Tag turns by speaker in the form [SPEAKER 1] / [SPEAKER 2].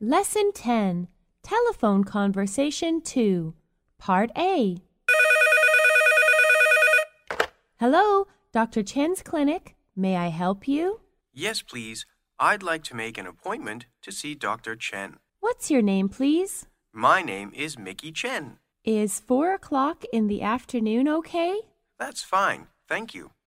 [SPEAKER 1] Lesson 10 Telephone Conversation 2, Part A. Hello, Dr. Chen's clinic. May I help you?
[SPEAKER 2] Yes, please. I'd like to make an appointment to see Dr. Chen.
[SPEAKER 1] What's your name, please?
[SPEAKER 2] My name is Mickey Chen.
[SPEAKER 1] Is 4 o'clock in the afternoon okay?
[SPEAKER 2] That's fine. Thank you.